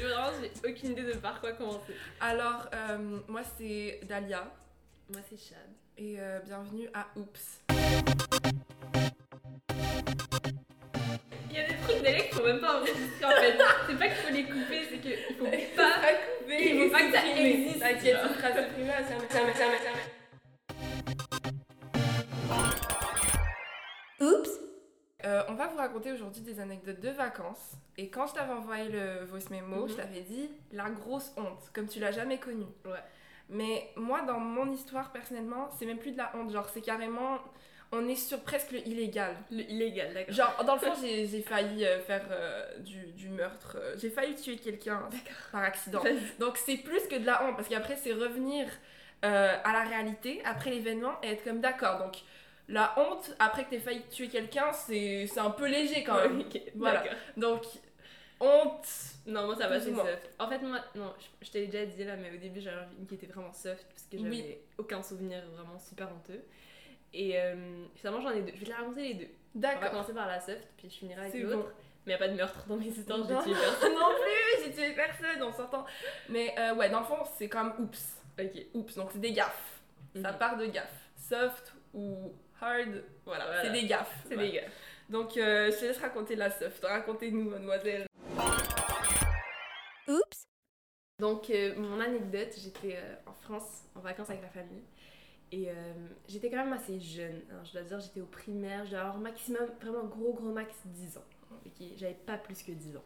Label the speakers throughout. Speaker 1: euh,
Speaker 2: aucune idée de par quoi commencer.
Speaker 1: Alors, euh, moi c'est Dalia
Speaker 2: Moi, c'est Chad.
Speaker 1: et euh, bienvenue à Oops.
Speaker 2: Il y a des trucs d'élèves qu'il faut même pas enregistrer en fait. C'est pas qu'il faut les couper, c'est qu'il faut pas. Il faut pas que ça existe.
Speaker 3: T'inquiète, ça sera supprimé, ça me- ça me- ça me- ça me-
Speaker 4: Oups
Speaker 1: Euh, on va vous raconter aujourd'hui des anecdotes de vacances. Et quand je t'avais envoyé le voice memo,
Speaker 2: Mhm.
Speaker 1: je t'avais dit la grosse honte, comme tu l'as jamais connue.
Speaker 2: Ouais.
Speaker 1: Mais moi, dans mon histoire personnellement, c'est même plus de la honte. Genre, c'est carrément. On est sur presque le illégal.
Speaker 2: Le illégal, d'accord.
Speaker 1: Genre, dans le fond, j'ai j'ai failli euh, faire euh, du, du meurtre. euh, J'ai failli tuer quelqu'un par accident.
Speaker 2: Vas-y.
Speaker 1: Donc, c'est plus que de la honte, parce qu'après, c'est revenir euh, à la réalité après l'événement et être comme d'accord. Donc, la honte, après que t'aies failli tuer quelqu'un, c'est c'est un peu léger quand même.
Speaker 2: Ok,
Speaker 1: Voilà.
Speaker 2: d'accord.
Speaker 1: Donc, honte.
Speaker 2: Non, moi ça va,
Speaker 1: Plus
Speaker 2: c'est
Speaker 1: ou moins.
Speaker 2: soft. En fait, moi, non, je, je te l'ai déjà dit là, mais au début j'avais une qui était vraiment soft parce que j'avais
Speaker 1: Oui.
Speaker 2: aucun souvenir vraiment super honteux. Et euh, finalement, j'en ai deux. Je vais te la raconter les deux. On va
Speaker 1: D'accord.
Speaker 2: commencer par la soft, puis je finirai avec
Speaker 1: C'est
Speaker 2: l'autre.
Speaker 1: bon.
Speaker 2: Mais y a pas de meurtre dans mes histoires, j'ai
Speaker 1: Non.
Speaker 2: tué personne.
Speaker 1: non plus, j'ai tué personne, on s'entend. Mais euh, ouais, dans le fond, c'est comme oups.
Speaker 2: Ok.
Speaker 1: Oups, donc c'est des gaffes. Ça
Speaker 2: Mhm.
Speaker 1: part de gaffes. Soft ou hard, voilà,
Speaker 2: Voilà.
Speaker 1: c'est des gaffes.
Speaker 2: C'est
Speaker 1: Ouais.
Speaker 2: des gars.
Speaker 1: Donc, euh, je te laisse raconter la soft. Racontez-nous, mademoiselle.
Speaker 4: Oups
Speaker 2: Donc, euh, mon anecdote, j'étais euh, en France en vacances avec la famille. Et euh, j'étais quand même assez jeune. hein. je dois dire, j'étais au primaire. Je dois avoir maximum, vraiment gros, gros max 10 ans. Ok, j'avais pas plus que 10 ans.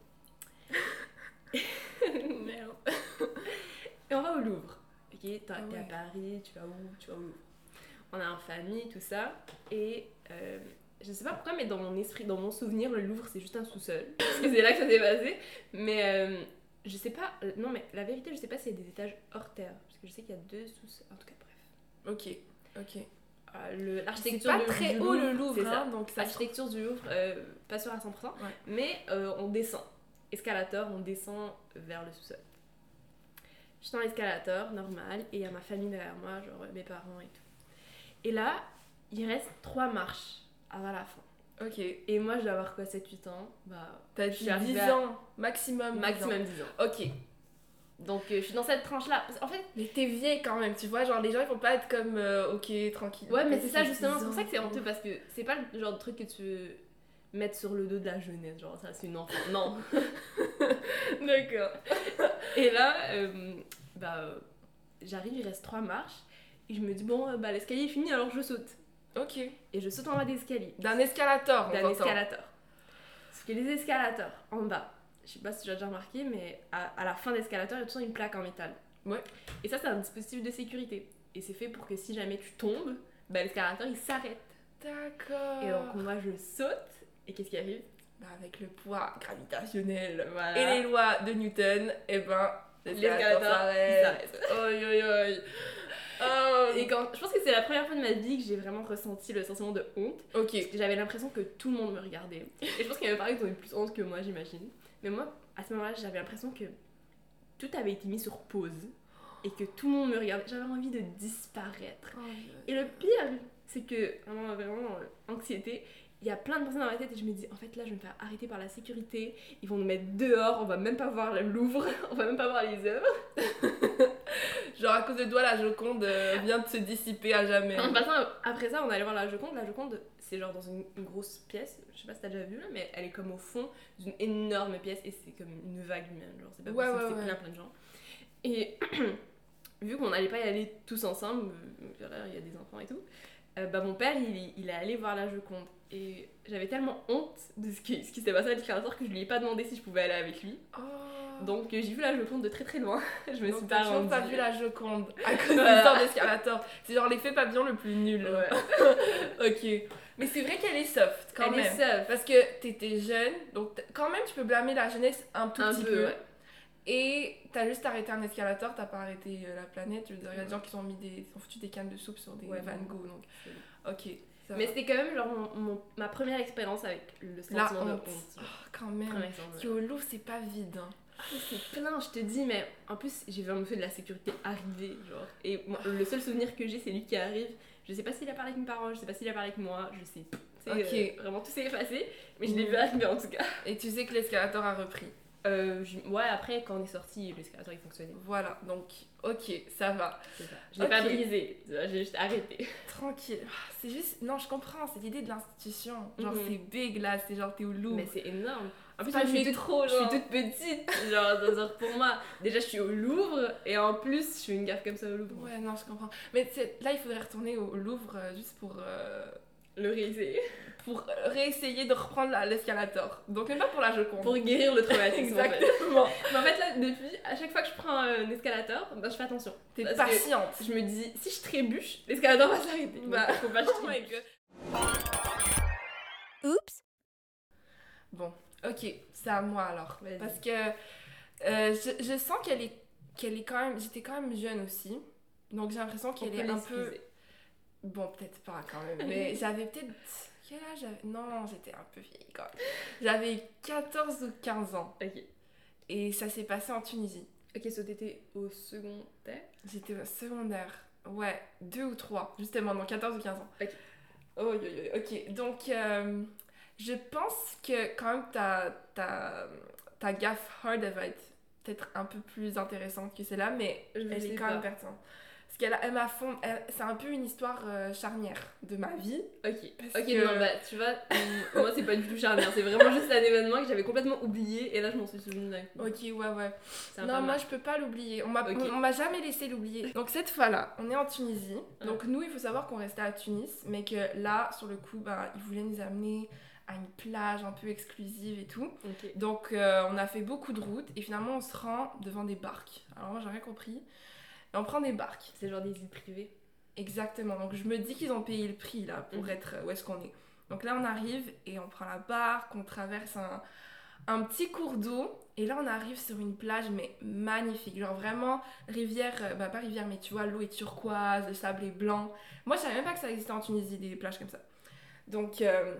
Speaker 2: Merde. Et on va au Louvre. Ok, t'es
Speaker 1: Ah
Speaker 2: t'es à
Speaker 1: ouais.
Speaker 2: Paris, tu vas où Tu vas où On est en famille, tout ça. Et euh, je sais pas pourquoi, mais dans mon esprit, dans mon souvenir, le Louvre, c'est juste un sous-sol. Parce que c'est là que ça s'est passé. Mais euh, je sais pas, euh, non mais la vérité, je sais pas s'il y a des étages hors terre, parce que je sais qu'il y a deux sous En tout cas, bref.
Speaker 1: Ok, ok.
Speaker 2: Euh, le-
Speaker 1: C'est
Speaker 2: L'architecture
Speaker 1: pas
Speaker 2: du-
Speaker 1: très
Speaker 2: du
Speaker 1: haut le Louvre,
Speaker 2: c'est ça.
Speaker 1: hein, donc ça se
Speaker 2: L'architecture du Louvre, euh, pas sûr à 100%,
Speaker 1: Ouais.
Speaker 2: mais euh, on descend. Escalator, on descend vers le sous-sol. Je suis dans l'escalator, normal, et il y a ma famille derrière moi, genre euh, mes parents et tout. Et là, il reste trois marches avant la fin.
Speaker 1: Ok,
Speaker 2: Et moi, je dois avoir quoi, 7-8 ans Bah,
Speaker 1: t'as
Speaker 2: Je
Speaker 1: dit
Speaker 2: suis arrivée
Speaker 1: 10
Speaker 2: à-
Speaker 1: ans, maximum. 10
Speaker 2: maximum 10 ans.
Speaker 1: ans. Ok,
Speaker 2: Donc, euh, je suis dans cette tranche-là. En fait,
Speaker 1: mais t'es vieille quand même, tu vois. Genre, les gens ils vont pas être comme euh, ok, tranquille.
Speaker 2: Ouais, mais c'est ça
Speaker 1: Dix
Speaker 2: justement, c'est
Speaker 1: ans.
Speaker 2: pour ça que c'est honteux parce que c'est pas le genre de truc que tu veux mettre sur le dos de la jeunesse, genre ça c'est une enfant. Non. D'accord. Et là, euh, bah, euh, j'arrive, il reste trois marches et je me dis bon, euh, bah l'escalier est fini alors je saute.
Speaker 1: Ok,
Speaker 2: Et je saute en bas d'escalier,
Speaker 1: d'un escalator, on
Speaker 2: d'un
Speaker 1: s'entend.
Speaker 2: escalator. Parce que les escalators en bas, je sais pas si tu as déjà remarqué, mais à, à la fin d'escalator, il y a toujours une plaque en métal.
Speaker 1: Ouais.
Speaker 2: Et ça, c'est un dispositif de sécurité. Et c'est fait pour que si jamais tu tombes, bah l'escalator il s'arrête.
Speaker 1: D'accord.
Speaker 2: Et donc moi je saute et qu'est-ce qui arrive
Speaker 1: Bah, avec le poids gravitationnel
Speaker 2: Voilà.
Speaker 1: et les lois de Newton, et ben
Speaker 2: L'escalator,
Speaker 1: l'escalator s'arrête.
Speaker 2: s'arrête.
Speaker 1: Oi, oi, oi. Oh.
Speaker 2: Et quand je pense que c'est la première fois de ma vie que j'ai vraiment ressenti le sentiment de honte.
Speaker 1: Oh, Ok,
Speaker 2: Parce que J'avais l'impression que tout le monde me regardait. Et je pense qu'il y avait pareil qui ont eu plus honte que moi, j'imagine. Mais moi, à ce moment-là, j'avais l'impression que tout avait été mis sur pause et que tout le monde me regardait. J'avais envie de disparaître. Et le pire, c'est que, vraiment, vraiment, euh, anxiété, il y a plein de personnes dans ma tête et je me dis, en fait, là, je vais me faire arrêter par la sécurité, ils vont nous mettre dehors, on va même pas voir le Louvre, on va même pas voir les œuvres.
Speaker 1: Genre à cause de toi, la Joconde euh, vient de se dissiper à jamais.
Speaker 2: En passant, après ça, on allait voir la Joconde. La Joconde, c'est genre dans une, une grosse pièce, je sais pas si t'as déjà vu là, mais elle est comme au fond d'une énorme pièce et c'est comme une vague humaine, genre, c'est pas
Speaker 1: Ouais,
Speaker 2: possible,
Speaker 1: ouais,
Speaker 2: c'est
Speaker 1: ouais.
Speaker 2: plein plein de gens. Et vu qu'on n'allait pas y aller tous ensemble, euh, voilà, il y a des enfants et tout, euh, bah mon père il, il est allé voir la Joconde et j'avais tellement honte de ce qui, ce qui s'est passé à l'éclairateur que je lui ai pas demandé si je pouvais aller avec lui.
Speaker 1: Oh.
Speaker 2: Donc euh, j'ai vu la Joconde de très très loin, je me suis
Speaker 1: Donc,
Speaker 2: pas
Speaker 1: t'as toujours
Speaker 2: rendue.
Speaker 1: pas vu la Joconde à cause de
Speaker 2: Voilà.
Speaker 1: l'histoire d'escalator. C'est genre l'effet papillon le plus nul.
Speaker 2: Ouais.
Speaker 1: Ok. Mais c'est vrai qu'elle est soft quand
Speaker 2: Elle
Speaker 1: même.
Speaker 2: est seule.
Speaker 1: Parce que t'étais jeune, donc t- quand même tu peux blâmer la jeunesse un tout
Speaker 2: Un
Speaker 1: petit
Speaker 2: peu,
Speaker 1: peu.
Speaker 2: ouais.
Speaker 1: Et t'as juste arrêté un escalator, t'as pas arrêté euh, la planète. Je veux dire, il y a
Speaker 2: Ouais.
Speaker 1: des gens qui sont mis des, qui ont foutu des cannes de soupe sur des
Speaker 2: Ouais,
Speaker 1: Van
Speaker 2: non.
Speaker 1: Gogh. Donc,
Speaker 2: C'est-
Speaker 1: ok. ça
Speaker 2: Mais
Speaker 1: va.
Speaker 2: c'était quand même genre mon- mon- ma première expérience avec le
Speaker 1: La
Speaker 2: sentiment de
Speaker 1: honte.
Speaker 2: honte.
Speaker 1: Oh, quand même.
Speaker 2: Première expérience,
Speaker 1: Parce qu'au Louvre, c'est pas vide. hein.
Speaker 2: ouais. C'est plein, je te dis, mais en plus j'ai vu un monsieur de la sécurité arriver, genre. Et moi, le seul souvenir que j'ai, c'est lui qui arrive. Je sais pas s'il a parlé avec mes parents, je sais pas s'il a parlé avec moi, je sais. pas. Tu sais,
Speaker 1: Ok. Mm.
Speaker 2: euh, vraiment tout s'est effacé, mais je l'ai vu arriver en tout cas.
Speaker 1: Et tu sais que l'escalator a repris.
Speaker 2: Euh, j- ouais, après, quand on est sorti, l'escalator il fonctionnait.
Speaker 1: Voilà, donc ok, ça va.
Speaker 2: C'est ça. Je l'ai pas
Speaker 1: Ok.
Speaker 2: brisé, tu vois, j'ai juste arrêté.
Speaker 1: Tranquille. Ah, C'est juste. Non, je comprends, c'est l'idée de l'institution. Genre,
Speaker 2: Mhm.
Speaker 1: c'est big là, c'est genre t'es au loup.
Speaker 2: Mais c'est énorme. En plus,
Speaker 1: Pas
Speaker 2: moi, je suis
Speaker 1: du
Speaker 2: toute,
Speaker 1: trop,
Speaker 2: je suis
Speaker 1: genre.
Speaker 2: toute petite. Genre, genre, pour moi, déjà, je suis au Louvre et en plus, je fais une gaffe comme ça au Louvre.
Speaker 1: Ouais, non, je comprends. Mais tu sais, là, il faudrait retourner au au Louvre euh, juste pour, euh,
Speaker 2: Le réessayer.
Speaker 1: pour réessayer de reprendre la- l'escalator. Donc, même pas pour la Joconde.
Speaker 2: Pour guérir le traumatisme. en fait.
Speaker 1: Exactement.
Speaker 2: Mais en fait, là, depuis, à chaque fois que je prends un escalator, ben, je fais attention.
Speaker 1: T'es
Speaker 2: Parce que-
Speaker 1: patiente.
Speaker 2: Je me dis, si je trébuche, l'escalator va s'arrêter.
Speaker 1: Bah,
Speaker 2: Donc, faut pas que je
Speaker 1: Oh my
Speaker 2: trébuche.
Speaker 1: god.
Speaker 3: Oups.
Speaker 1: Bon, ok, c'est à moi alors.
Speaker 2: Vas-y.
Speaker 1: Parce que euh, je, je sens qu'elle est, qu'elle est quand même. J'étais quand même jeune aussi. Donc j'ai l'impression
Speaker 2: On
Speaker 1: qu'elle
Speaker 2: peut
Speaker 1: est un peu.
Speaker 2: l'excuser.
Speaker 1: Bon, peut-être pas quand même. Mais j'avais peut-être. Quel âge j'avais Non, j'étais un peu vieille quand même. J'avais 14 ou 15 ans.
Speaker 2: Ok.
Speaker 1: Et ça s'est passé en Tunisie.
Speaker 2: Ok, so t'étais au secondaire.
Speaker 1: J'étais au secondaire. Ouais, deux ou trois, justement, dans 14 ou 15 ans.
Speaker 2: Ok.
Speaker 1: Oh, yo, yo, ok. Donc, euh, je pense que quand même ta, ta, ta gaffe hard elle va être peut-être un peu plus intéressante que celle-là, mais
Speaker 2: Je
Speaker 1: elle
Speaker 2: sais
Speaker 1: est quand
Speaker 2: pas.
Speaker 1: même pertinente. Parce qu'elle a- elle m'a fond... elle- C'est un peu une histoire euh, charnière de ma vie.
Speaker 2: Ok.
Speaker 1: Parce
Speaker 2: ok,
Speaker 1: que-
Speaker 2: non, bah tu vois, hum, moi c'est pas du tout charnière, c'est vraiment juste un événement que j'avais complètement oublié et là je m'en suis souvenue d'un coup.
Speaker 1: Ok, ouais, ouais.
Speaker 2: C'est un
Speaker 1: Non,
Speaker 2: peu
Speaker 1: moi, je peux pas l'oublier. On m'a
Speaker 2: Ok.
Speaker 1: on- on m'a jamais laissé l'oublier. Donc, cette fois-là, on est en Tunisie.
Speaker 2: Ouais.
Speaker 1: Donc, nous, il faut savoir qu'on restait à Tunis, mais que là, sur le coup, ben, ils voulaient nous amener à une plage un peu exclusive et tout.
Speaker 2: mal. Ok.
Speaker 1: Donc, euh, on a fait beaucoup de routes et finalement, on se rend devant des barques. Alors, moi, j'ai rien compris. Et on prend des barques.
Speaker 2: C'est genre des îles privées.
Speaker 1: Exactement. Donc, je me dis qu'ils ont payé le prix, là, pour
Speaker 2: Mhm.
Speaker 1: être euh, où est-ce qu'on est. Donc, là, on arrive et on prend la barque, on traverse un, un petit cours d'eau. Et là, on arrive sur une plage, mais magnifique. Genre, vraiment, rivière, euh, bah, pas rivière, mais tu vois, l'eau est turquoise, le sable est blanc. Moi, je savais même pas que ça existait en Tunisie, des plages comme ça. Donc, euh,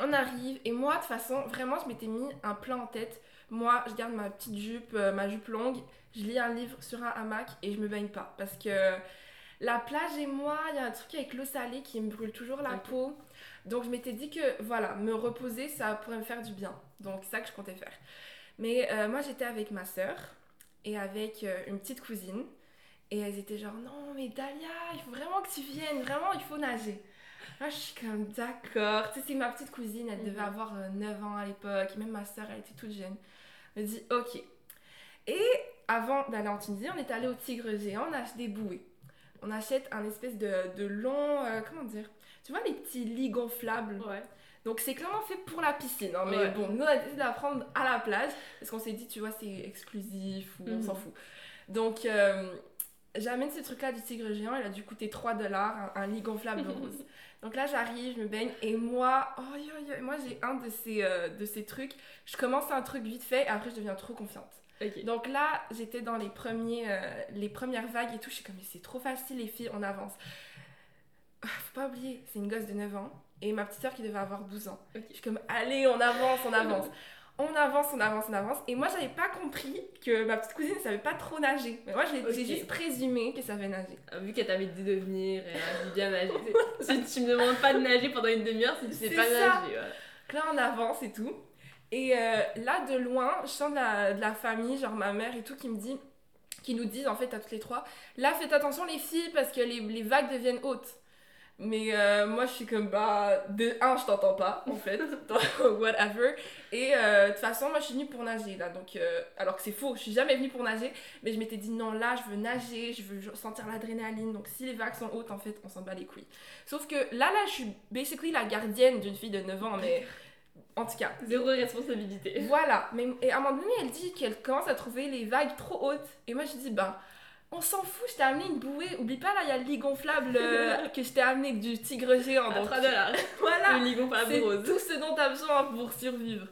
Speaker 1: on arrive. Et moi, de toute façon, vraiment, je m'étais mis un plan en tête. Moi, je garde ma petite jupe, euh, ma jupe longue. Je lis un livre sur un hamac et je me baigne pas. Parce que la plage et moi, il y a un truc avec l'eau salée qui me brûle toujours la
Speaker 2: Ok.
Speaker 1: peau. Donc, je m'étais dit que, voilà, me reposer, ça pourrait me faire du bien. Donc, c'est ça que je comptais faire. Mais euh, moi, j'étais avec ma sœur et avec euh, une petite cousine. Et elles étaient genre, non, mais Dahlia, il faut vraiment que tu viennes, vraiment, il faut nager. Là, je suis comme, d'accord. Tu sais, c'est ma petite cousine, elle devait
Speaker 2: Mhm.
Speaker 1: avoir euh, 9 ans à l'époque, et même ma soeur, elle était toute jeune. Elle me dit, ok. Et avant d'aller en Tunisie, on est allé au Tigre Géant, on a acheté des bouées. On achète un espèce de, de long, euh, comment dire, tu vois, les petits lits gonflables.
Speaker 2: Ouais.
Speaker 1: Donc c'est clairement fait pour la piscine, hein, mais
Speaker 2: Ouais.
Speaker 1: bon, nous on a décidé de la prendre à la plage parce qu'on s'est dit, tu vois, c'est exclusif ou on
Speaker 2: Mhm.
Speaker 1: s'en fout. Donc euh, j'amène ce truc-là du tigre géant, il a dû coûter 3 dollars, un, un lit gonflable rose. Donc là j'arrive, je me baigne et moi, oh, yo, yo, moi j'ai un de ces, euh, de ces trucs, je commence un truc vite fait et après je deviens trop confiante.
Speaker 2: Ok.
Speaker 1: Donc là, j'étais dans les, premiers, euh, les premières vagues et tout. Je suis comme, mais c'est trop facile, les filles, on avance. Ah, Faut pas oublier, c'est une gosse de 9 ans et ma petite soeur qui devait avoir 12 ans.
Speaker 2: Ok.
Speaker 1: Je suis comme, allez, on avance, on avance. On avance, on avance, on avance. Et moi, j'avais pas compris que ma petite cousine ne savait pas trop nager. Mais moi, j'ai j'ai
Speaker 2: Ok.
Speaker 1: juste présumé qu'elle savait nager.
Speaker 2: Ah, Vu qu'elle t'avait dit de euh, venir et elle a dit bien nager. c'est- Si tu me demandes pas de nager pendant une demi-heure, si tu sais
Speaker 1: C'est
Speaker 2: pas
Speaker 1: ça.
Speaker 2: nager. voilà.
Speaker 1: Donc là, on avance et tout. Et euh, là, de loin, je sens de la, de la famille, genre ma mère et tout, qui me dit, qui nous disent en fait à toutes les trois, là, faites attention les filles parce que les, les vagues deviennent hautes. Mais euh, moi, je suis comme, bah, de un, je t'entends pas, en fait, Donc, whatever. Et euh, de toute façon, moi, je suis venue pour nager, là, donc, euh, alors que c'est faux, je suis jamais venue pour nager, mais je m'étais dit, non, là, je veux nager, je veux sentir l'adrénaline, donc si les vagues sont hautes, en fait, on s'en bat les couilles. Sauf que là, là, je suis basically la gardienne d'une fille de 9 ans, mais en tout cas.
Speaker 2: Zéro responsabilité.
Speaker 1: Voilà, mais et à un moment donné, elle dit qu'elle commence à trouver les vagues trop hautes. Et moi, je dis, ben, on s'en fout, je t'ai amené une bouée. Oublie pas, là, il y a le lit gonflable euh, que je t'ai amené du tigre géant.
Speaker 2: À
Speaker 1: donc-
Speaker 2: 3 dollars.
Speaker 1: Voilà,
Speaker 2: Le ligon par la
Speaker 1: c'est
Speaker 2: rose.
Speaker 1: tout ce dont t'as besoin pour survivre.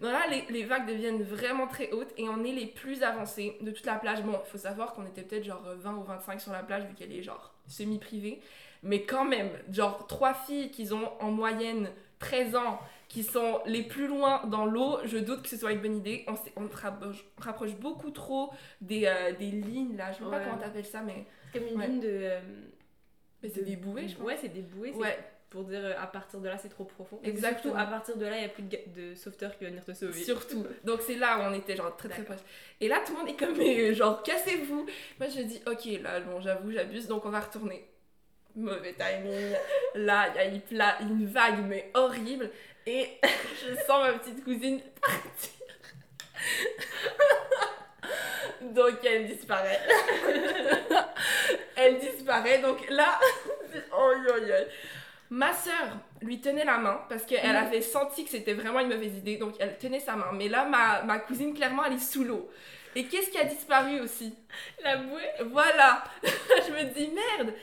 Speaker 1: Donc là, les, les vagues deviennent vraiment très hautes et on est les plus avancés de toute la plage. Bon, faut savoir qu'on était peut-être genre 20 ou 25 sur la plage vu qu'elle est genre semi-privée. Mais quand même, genre trois filles qui ont en moyenne 13 ans, qui sont les plus loin dans l'eau, je doute que ce soit une bonne idée. On, s'est- on te rapproche, on te rapproche beaucoup trop des, euh, des lignes là, je sais pas
Speaker 2: Ouais.
Speaker 1: comment t'appelles ça, mais,
Speaker 2: C'est comme une
Speaker 1: Ouais.
Speaker 2: ligne de. euh,
Speaker 1: mais c'est
Speaker 2: de-
Speaker 1: des bouées, je pense.
Speaker 2: Ouais, c'est des bouées. c'est-
Speaker 1: Ouais.
Speaker 2: pour dire euh, à partir de là c'est trop profond. Et
Speaker 1: Exactement.
Speaker 2: surtout à partir de là il n'y a plus de, ga- de sauveteur qui va venir te sauver.
Speaker 1: Surtout. Donc c'est là où on était genre très très
Speaker 2: D'accord.
Speaker 1: proche. Et là tout le monde est comme mais euh, genre cassez-vous. Moi je dis ok là bon j'avoue j'abuse donc on va retourner. Mauvais timing. Là il y a une, pla- une vague mais horrible et je sens ma petite cousine partir. donc elle disparaît. elle disparaît donc là oh Ma sœur lui tenait la main parce qu'elle avait senti que c'était vraiment une mauvaise idée, donc elle tenait sa main. Mais là, ma, ma cousine, clairement, elle est sous l'eau. Et qu'est-ce qui a disparu aussi
Speaker 2: La bouée
Speaker 1: Voilà Je me dis merde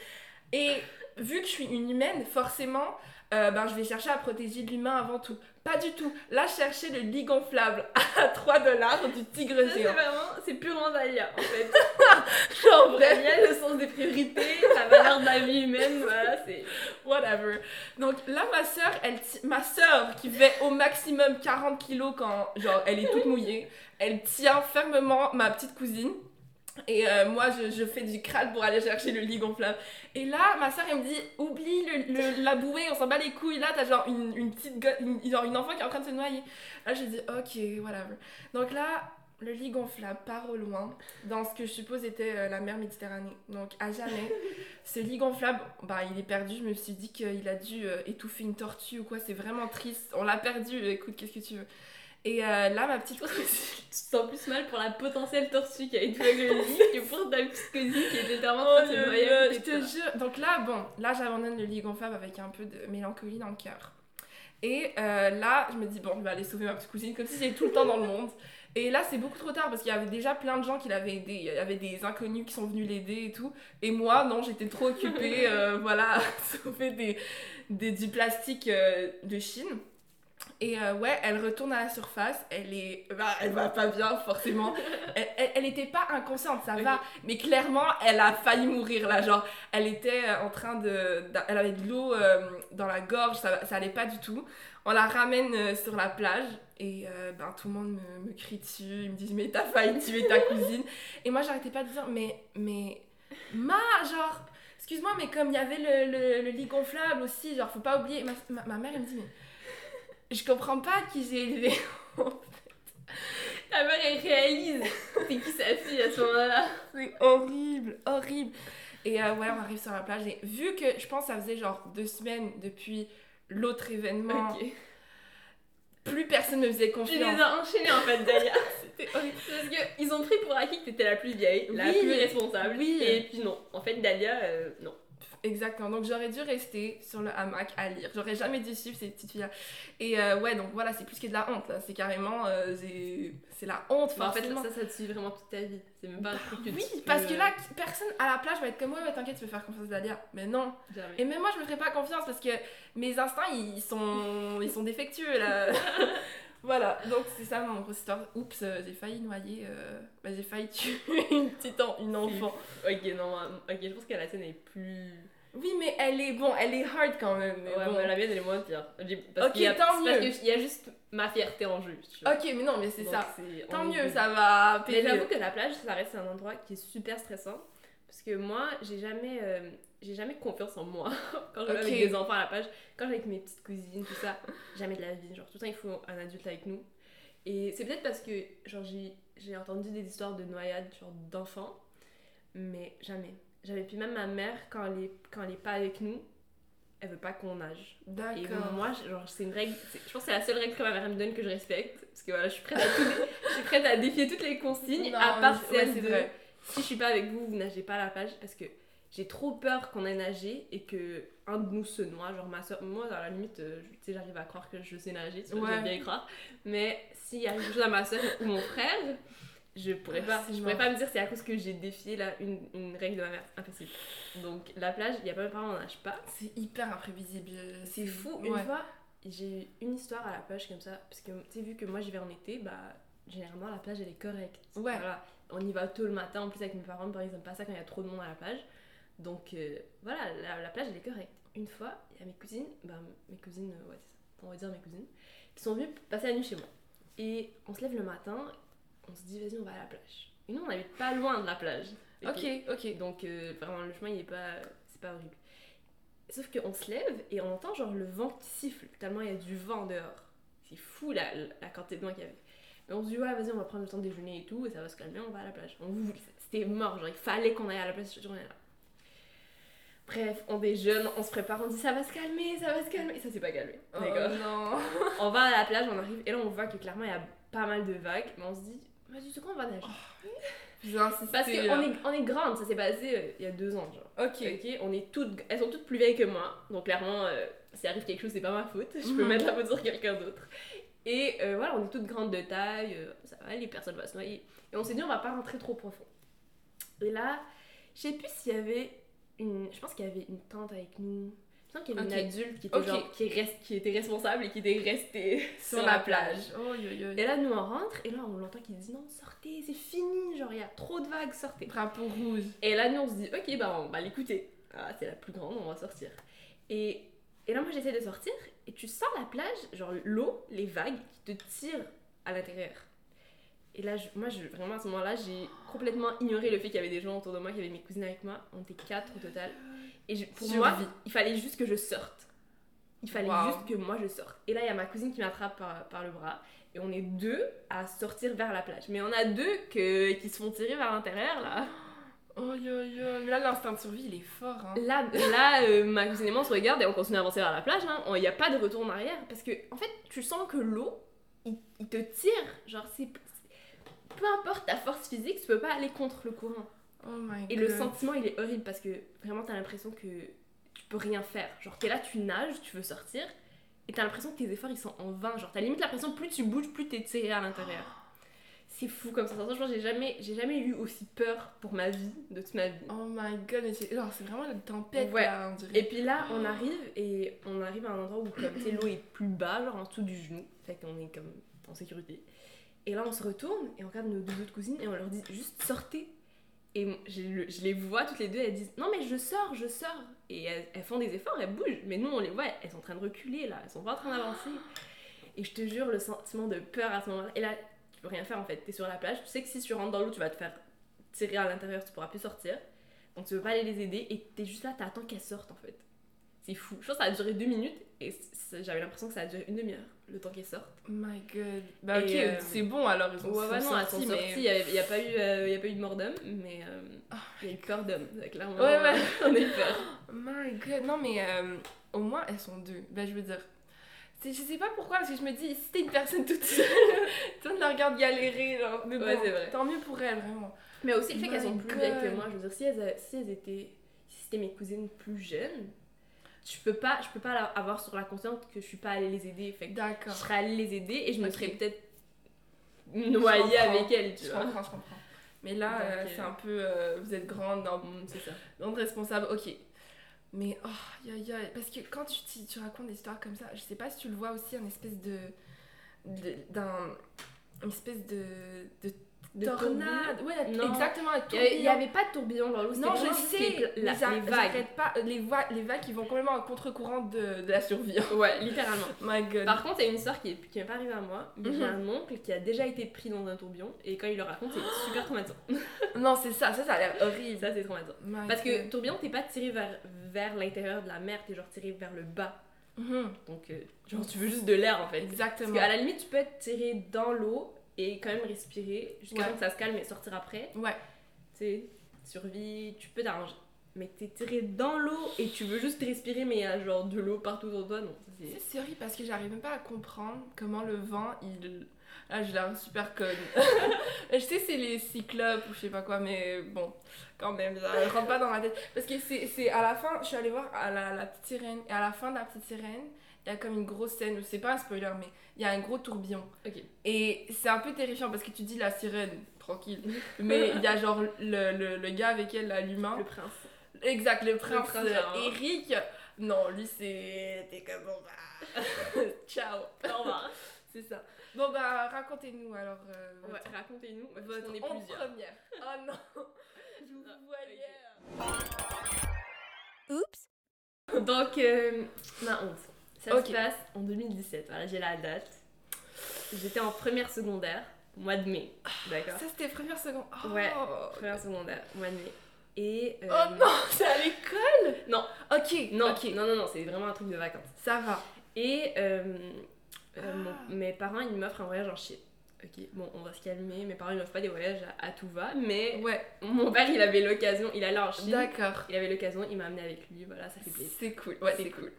Speaker 1: Et vu que je suis une humaine, forcément, euh, ben, je vais chercher à protéger l'humain avant tout. Pas du tout Là, je cherchais le lit gonflable à 3 dollars du tigre
Speaker 2: Ça, c'est
Speaker 1: géant.
Speaker 2: vraiment, c'est purement Dahlia en fait.
Speaker 1: Genre, bref,
Speaker 2: Dahlia, le sens des priorités, la valeur de la vie humaine, voilà, c'est.
Speaker 1: Whatever. Donc là, ma soeur, elle, ti- ma soeur qui fait au maximum 40 kilos quand genre, elle est toute mouillée, elle tient fermement ma petite cousine. Et euh, moi, je, je fais du crâne pour aller chercher le lit gonflable. Et là, ma soeur, elle me dit Oublie le, le- la bouée, on s'en bat les couilles. Là, t'as genre une, une petite go- une, genre une enfant qui est en train de se noyer. Là, je dis Ok, whatever. Donc là, le lit gonflable part au loin, dans ce que je suppose était euh, la mer Méditerranée. Donc à jamais. Ce lit gonflable, bah, il est perdu. Je me suis dit qu'il a dû euh, étouffer une tortue ou quoi. C'est vraiment triste. On l'a perdu. euh, Écoute, qu'est-ce que tu veux Et euh, là, ma petite cousine.
Speaker 2: Tu te sens plus mal pour la potentielle tortue qui a été avec le lit que pour ta petite cousine qui est littéralement en train de se noyer à
Speaker 1: Oh je
Speaker 2: côté
Speaker 1: te
Speaker 2: de toi.
Speaker 1: jure. Donc là, bon, là, j'abandonne le lit gonflable avec un peu de mélancolie dans le cœur. Et euh, là, je me dis, bon, je vais aller sauver ma petite cousine comme si j'étais tout le temps dans le monde. Et là, c'est beaucoup trop tard parce qu'il y avait déjà plein de gens qui l'avaient aidé. Il y avait des inconnus qui sont venus l'aider et tout. Et moi, non, j'étais trop occupée, euh, voilà, à sauver des, des- du plastique euh, de Chine. Et euh, ouais, elle retourne à la surface. Elle est. bah, elle va pas bien, forcément. Elle, elle, elle était pas inconsciente, ça va. Mais clairement, elle a failli mourir là. Genre, elle était euh, en train de. d'a- Elle avait de l'eau euh, dans la gorge, ça, ça allait pas du tout. On la ramène euh, sur la plage et euh, ben, tout le monde me, me crie dessus. Ils me disent Mais t'as failli tuer ta cousine. Et moi, j'arrêtais pas de dire Mais. Mais. Ma, genre. Excuse-moi, mais comme il y avait le, le- le lit gonflable aussi, genre, faut pas oublier. Ma, ma- ma mère, elle me dit Mais. Je comprends pas qui j'ai élevé.
Speaker 2: Ta mère elle réalise c'est qui sa fille à ce moment-là.
Speaker 1: C'est horrible, horrible. Et euh, ouais, on arrive sur la plage. Et vu que je pense que ça faisait genre deux semaines depuis l'autre événement,
Speaker 2: Ok.
Speaker 1: plus personne ne me faisait
Speaker 2: Tu
Speaker 1: confiance.
Speaker 2: les as enchaînés en fait Dahlia.
Speaker 1: C'était horrible.
Speaker 2: Parce que ils ont pris pour acquis que t'étais la plus vieille, la
Speaker 1: Oui.
Speaker 2: plus responsable.
Speaker 1: Oui.
Speaker 2: Et puis non, en fait Dahlia, euh, non.
Speaker 1: Exactement. Donc j'aurais dû rester sur le hamac à lire. J'aurais jamais dû suivre ces petites filles-là. Et euh, ouais, donc voilà, c'est plus que de la honte. là. C'est carrément. euh, c'est- c'est la honte,
Speaker 2: Enfin, en fait
Speaker 1: forcément.
Speaker 2: Bah,
Speaker 1: Bah
Speaker 2: ça, ça te suit vraiment toute ta vie. C'est même pas un truc que
Speaker 1: oui,
Speaker 2: tu peux,
Speaker 1: parce que là,
Speaker 2: euh,
Speaker 1: qui- personne à la plage va être comme ouais, ouais t'inquiète, tu peux faire confiance à Dalia. Mais non,
Speaker 2: jamais.
Speaker 1: Et même moi, je me ferais pas confiance parce que mes instincts, ils sont, ils sont défectueux là. voilà, donc c'est ça mon grosse histoire. Oups, euh, j'ai failli noyer, euh, bah, j'ai failli tuer une petite en- une enfant.
Speaker 2: Ok, non, euh, ok, je pense que la scène est plus.
Speaker 1: Oui, mais elle est bon, elle est hard quand même. mais
Speaker 2: ouais,
Speaker 1: bon.
Speaker 2: mais la mienne, elle est moins pire. J'ai- Parce
Speaker 1: Ok,
Speaker 2: qu'il y a,
Speaker 1: tant
Speaker 2: c'est Parce
Speaker 1: mieux.
Speaker 2: qu'il y a juste ma fierté en jeu. tu vois.
Speaker 1: Ok, mais non, mais c'est
Speaker 2: Donc,
Speaker 1: ça.
Speaker 2: c'est-
Speaker 1: Tant
Speaker 2: on-
Speaker 1: mieux, ça va.
Speaker 2: Mais
Speaker 1: payer.
Speaker 2: j'avoue que la plage, ça reste un endroit qui est super stressant. Parce que moi, j'ai jamais, euh, j'ai jamais confiance en moi quand je vais
Speaker 1: Ok.
Speaker 2: avec des enfants à la plage, quand je vais avec mes petites cousines, tout ça. Jamais de la vie. Genre, tout le temps, il faut un adulte avec nous. Et c'est peut-être parce que genre j'ai, j'ai entendu des histoires de noyades genre d'enfants, mais jamais. J'avais puis même ma mère quand elle est, quand elle est pas avec nous, elle veut pas qu'on nage. Et
Speaker 1: D'accord.
Speaker 2: moi, je- genre, c'est une règle, c'est- je pense que c'est la seule règle que ma mère elle me donne que je respecte. Parce que voilà, je suis prête à, tout dé- je suis prête à défier toutes les consignes,
Speaker 1: Non,
Speaker 2: à part
Speaker 1: mais- ouais,
Speaker 2: celle
Speaker 1: c'est
Speaker 2: de
Speaker 1: vrai.
Speaker 2: si je suis pas avec vous, vous nagez pas à la plage. Parce que j'ai trop peur qu'on ait nagé et que un de nous se noie. Genre, ma soeur, moi, à la limite, euh, je- tu sais, j'arrive à croire que je sais nager, tu vois,
Speaker 1: Ouais.
Speaker 2: j'aime bien y croire. Mais s'il arrive quelque chose à ma soeur ou mon frère, je pourrais
Speaker 1: Ah,
Speaker 2: pas.
Speaker 1: c'est
Speaker 2: je pourrais
Speaker 1: mort.
Speaker 2: pas me dire c'est à cause que j'ai défié là, une, une règle de ma mère. Impossible. Donc, la plage, il y a pas de parents, on nage pas.
Speaker 1: C'est hyper imprévisible.
Speaker 2: C'est fou. Une
Speaker 1: Mm. Ouais.
Speaker 2: fois, j'ai eu une histoire à la plage comme ça. Parce que, tu sais, vu que moi j'y vais en été, bah, généralement la plage elle est correcte.
Speaker 1: Ouais.
Speaker 2: Voilà. On y va tôt le matin. En plus, avec mes parents, mes parents, ils aiment pas ça quand il y a trop de monde à la plage. Donc, euh, voilà, la, la plage elle est correcte. Une fois, il y a mes cousines, bah, mes cousines, euh, ouais, c'est ça. On va dire mes cousines, qui sont venues passer la nuit chez moi. Et on se lève le matin, on se dit, vas-y, on va à la plage. Et nous, on habite pas loin de la plage.
Speaker 1: Ok, ok.
Speaker 2: Donc euh, vraiment le chemin il est pas c'est pas horrible. Sauf qu'on se lève et on entend genre le vent qui siffle, tellement il y a du vent dehors. C'est fou la, la quantité de vent qu'il y avait. Mais on se dit, ouais, vas-y, on va prendre le temps de déjeuner et tout, et ça va se calmer, on va à la plage. On voulait- C'était mort, genre, il fallait qu'on aille à la plage cette journée-là. Bref, on déjeune, on se prépare, on dit, ça va se calmer, ça va se calmer. Et ça s'est pas calmé.
Speaker 1: Oh
Speaker 2: D'accord.
Speaker 1: non.
Speaker 2: On va à la plage, on arrive, et là, on voit que clairement, il y a pas mal de vagues, mais on se dit, vas-y, c'est quoi, on va nager.
Speaker 1: J'ai insisté.
Speaker 2: Parce
Speaker 1: Oh, là.
Speaker 2: qu'on est, on est grande, ça s'est passé euh, il y a deux ans, genre.
Speaker 1: Ok.
Speaker 2: Ok, on est toutes, elles sont toutes plus vieilles que moi, donc clairement, euh, s'il arrive quelque chose, c'est pas ma faute, je peux
Speaker 1: Mhm.
Speaker 2: mettre la faute sur quelqu'un d'autre. Et euh, voilà, on est toutes grandes de taille, euh, ça va, les personnes vont se noyer. Et on s'est dit, on va pas rentrer trop profond. Et là, je sais plus s'il y avait une. Je pense qu'il y avait une tante avec nous. Je me semble qu'il y avait une
Speaker 1: Ok.
Speaker 2: adulte qui était,
Speaker 1: Ok.
Speaker 2: genre- qui, reste, qui était responsable et qui était restée
Speaker 1: Sur la plage. Oh yo yo.
Speaker 2: Et là, nous, on rentre, et là, on l'entend qui dit, non, sortez, c'est fini, genre, il y a trop de vagues, sortez.
Speaker 1: Drapeau rouge.
Speaker 2: Et là, nous, on se dit, ok, bah, on va l'écouter. Ah, c'est la plus grande, on va sortir. Et, et là, moi, j'essaie de sortir, et tu sors la plage, genre l'eau, les vagues qui te tirent à l'intérieur. Et là, je- moi, je, vraiment, à ce moment-là, j'ai complètement ignoré le fait qu'il y avait des gens autour de moi, qu'il y avait mes cousines avec moi. On était quatre au total. Et je- pour moi,
Speaker 1: Survie.
Speaker 2: il fallait juste que je sorte. Il fallait
Speaker 1: Wow.
Speaker 2: juste que moi je sorte. Et là, il y a ma cousine qui m'attrape par, par le bras. Et on est deux à sortir vers la plage. Mais on a deux que, qui se font tirer vers l'intérieur, là.
Speaker 1: Oh yo yo. Mais là, l'instinct de survie, il est fort. Hein.
Speaker 2: Là, là euh, ma cousine et moi, on se regarde et on continue à avancer vers la plage. hein. On- Il n'y a pas de retour en arrière. Parce que, en fait, tu sens que l'eau, il, il te tire. Genre, c'est. c'est- Peu importe ta force physique, tu peux pas aller contre le courant.
Speaker 1: Oh my god.
Speaker 2: Et le sentiment, il est horrible parce que vraiment, t'as l'impression que tu peux rien faire. Genre, t'es là, tu nages, tu veux sortir, et t'as l'impression que tes efforts, ils sont en vain. Genre, t'as limite l'impression, plus tu bouges, plus t'es tiré à l'intérieur. C'est fou comme ça. Je j'ai jamais, j'ai jamais eu aussi peur pour ma vie, de toute ma vie.
Speaker 1: Oh my god, mais c'est genre, c'est vraiment une tempête
Speaker 2: Ouais.
Speaker 1: là, on dirait.
Speaker 2: Et puis là, on arrive et on arrive à un endroit où comme tu sais, l'eau est plus bas, genre en dessous du genou. Fait qu'on est comme en sécurité. Et là, on se retourne et on regarde nos deux autres cousines et on leur dit juste sortez. Et m- je, le- je les vois toutes les deux, elles disent non mais je sors, je sors. Et elles, elles font des efforts, elles bougent. Mais nous, on les voit, elles sont en train de reculer là, elles sont pas en train d'avancer. Et je te jure, le sentiment de peur à ce moment-là. Et là, tu peux rien faire en fait. T'es sur la plage, tu sais que si tu rentres dans l'eau, tu vas te faire tirer à l'intérieur, tu pourras plus sortir. Donc tu veux pas aller les aider et t'es juste là, t'attends qu'elles sortent en fait. C'est fou. Je pense que ça a duré deux minutes et c- c- j'avais l'impression que ça a duré une demi-heure le temps qu'elles sortent.
Speaker 1: my god. Bah
Speaker 2: Et,
Speaker 1: ok,
Speaker 2: euh,
Speaker 1: c'est bon alors, ils ont
Speaker 2: Ouais,
Speaker 1: ils
Speaker 2: ouais,
Speaker 1: sont
Speaker 2: non, elles sont
Speaker 1: sortis,
Speaker 2: sorties. Il
Speaker 1: mais...
Speaker 2: n'y a, il y a pas eu, euh, il y a pas eu de mort d'homme, mais euh, il y a eu peur d'homme. Donc là, on,
Speaker 1: Ouais, ouais.
Speaker 2: on est peur.
Speaker 1: My god, non mais euh, au moins elles sont deux. Bah je veux dire. c'est- Je sais pas pourquoi, parce que je me dis, si t'es une personne toute seule, tu la regardes galérer, genre. Mais bon,
Speaker 2: Ouais, c'est vrai.
Speaker 1: tant mieux pour elle, vraiment.
Speaker 2: Mais aussi le fait
Speaker 1: My
Speaker 2: qu'elles sont plus
Speaker 1: God.
Speaker 2: vieilles que moi. Je veux dire, si elles, a- si elles étaient. Si c'était mes cousines plus jeunes, je peux pas, je peux pas la- avoir sur la conscience que je suis pas allée les aider. Fait que je
Speaker 1: D'accord.
Speaker 2: serais allée les aider et je me
Speaker 1: Ok.
Speaker 2: serais peut-être noyée
Speaker 1: comprends.
Speaker 2: avec elles, tu
Speaker 1: Je
Speaker 2: vois.
Speaker 1: comprends, je comprends. Mais là,
Speaker 2: Donc,
Speaker 1: euh,
Speaker 2: euh,
Speaker 1: c'est un peu. euh, vous êtes grande, dans
Speaker 2: Mm, C'est ça.
Speaker 1: Donc responsable, ok. Mais oh, aïe, aïe, aïe. parce que quand tu, t'y- tu racontes des histoires comme ça, je sais pas si tu le vois aussi, un espèce de. de- d'un. une espèce de. de tornade. Ouais,
Speaker 2: Non.
Speaker 1: exactement, un
Speaker 2: Il y avait- il y
Speaker 1: tourbillon.
Speaker 2: avait pas de tourbillon dans l'eau, c'était
Speaker 1: Non, je
Speaker 2: vraiment juste
Speaker 1: sais,
Speaker 2: les, la-
Speaker 1: mais j'a-
Speaker 2: les vagues.
Speaker 1: j'arrête pas, euh, les, va- les vagues qui vont complètement en contre-courant de, de la survie.
Speaker 2: Ouais, littéralement.
Speaker 1: My god.
Speaker 2: Par contre, il y a une soeur qui est- qui n'est pas arrivée à moi, mais j'ai
Speaker 1: Mhm.
Speaker 2: un oncle qui a déjà été pris dans un tourbillon, et quand il le raconte, c'est super traumatisant.
Speaker 1: Non, c'est ça, ça, ça a l'air horrible.
Speaker 2: Ça, c'est traumatisant.
Speaker 1: My
Speaker 2: Parce que
Speaker 1: God.
Speaker 2: tourbillon, t'es pas tiré vers, vers l'intérieur de la mer, t'es genre tiré vers le bas.
Speaker 1: Mhm.
Speaker 2: Donc, euh, genre, tu veux juste de l'air en fait. Parce
Speaker 1: Exactement.
Speaker 2: qu'à la limite, tu peux être tiré dans l'eau et quand même respirer jusqu'à
Speaker 1: Ouais.
Speaker 2: temps que ça se calme et sortir après.
Speaker 1: Ouais.
Speaker 2: Tu sais, survie, tu peux t'arranger. Mais t'es tiré dans l'eau et tu veux juste respirer, mais il y a genre de l'eau partout autour de toi, non. ça, c'est-
Speaker 1: C'est- C'est horrible parce que j'arrive même pas à comprendre comment le vent il. Là, j'ai l'air super conne. je sais, c'est les cyclopes ou je sais pas quoi, mais bon, quand même, ça rentre pas dans ma tête. Parce que c'est c'est à la fin, je suis allée voir à la, la petite sirène, et à la fin de la petite sirène, il y a comme une grosse scène, c'est pas un spoiler, mais il y a un gros tourbillon.
Speaker 2: Ok.
Speaker 1: Et c'est un peu terrifiant parce que tu dis la sirène, tranquille, mais il y a genre le, le, le gars avec elle, là, l'humain.
Speaker 2: Le prince.
Speaker 1: Exact, le prince,
Speaker 2: prince,
Speaker 1: euh,
Speaker 2: genre.
Speaker 1: Eric. Non, lui c'est. T'es comme bon bah. Ciao.
Speaker 2: Au revoir.
Speaker 1: C'est ça. Bon bah racontez-nous alors. euh,
Speaker 2: Ouais,
Speaker 1: votre-
Speaker 2: racontez-nous. parce
Speaker 1: votre
Speaker 2: qu'on est
Speaker 1: en
Speaker 2: plusieurs.
Speaker 1: première. Oh non. Je vous
Speaker 2: Ah,
Speaker 1: voyais.
Speaker 4: Oups.
Speaker 2: Donc, euh, ma honte. Ça
Speaker 1: Ok.
Speaker 2: se passe en 2017. Voilà, j'ai la date. J'étais en première secondaire, mois de mai. D'accord
Speaker 1: Ah, Ça c'était première seconde. Oh.
Speaker 2: Ouais. Première secondaire, mois de mai. Et. euh,
Speaker 1: Oh non, c'est à l'école
Speaker 2: Non.
Speaker 1: Ok,
Speaker 2: Non,
Speaker 1: ok.
Speaker 2: non, non, non, c'est vraiment un truc de vacances.
Speaker 1: Ça va.
Speaker 2: Et euh, euh, mon-
Speaker 1: Ah.
Speaker 2: mes parents, ils m'offrent un voyage en Chine. Ok, bon, on va se calmer. Mes parents, ils m'offrent pas des voyages à, à tout va, mais
Speaker 1: Ouais,
Speaker 2: mon père, il avait l'occasion, il allait en Chine.
Speaker 1: d'accord.
Speaker 2: Il avait l'occasion, il m'a amené avec lui. Voilà, ça fait plaisir.
Speaker 1: C'est cool. Ouais,
Speaker 2: C'est
Speaker 1: c'est cool.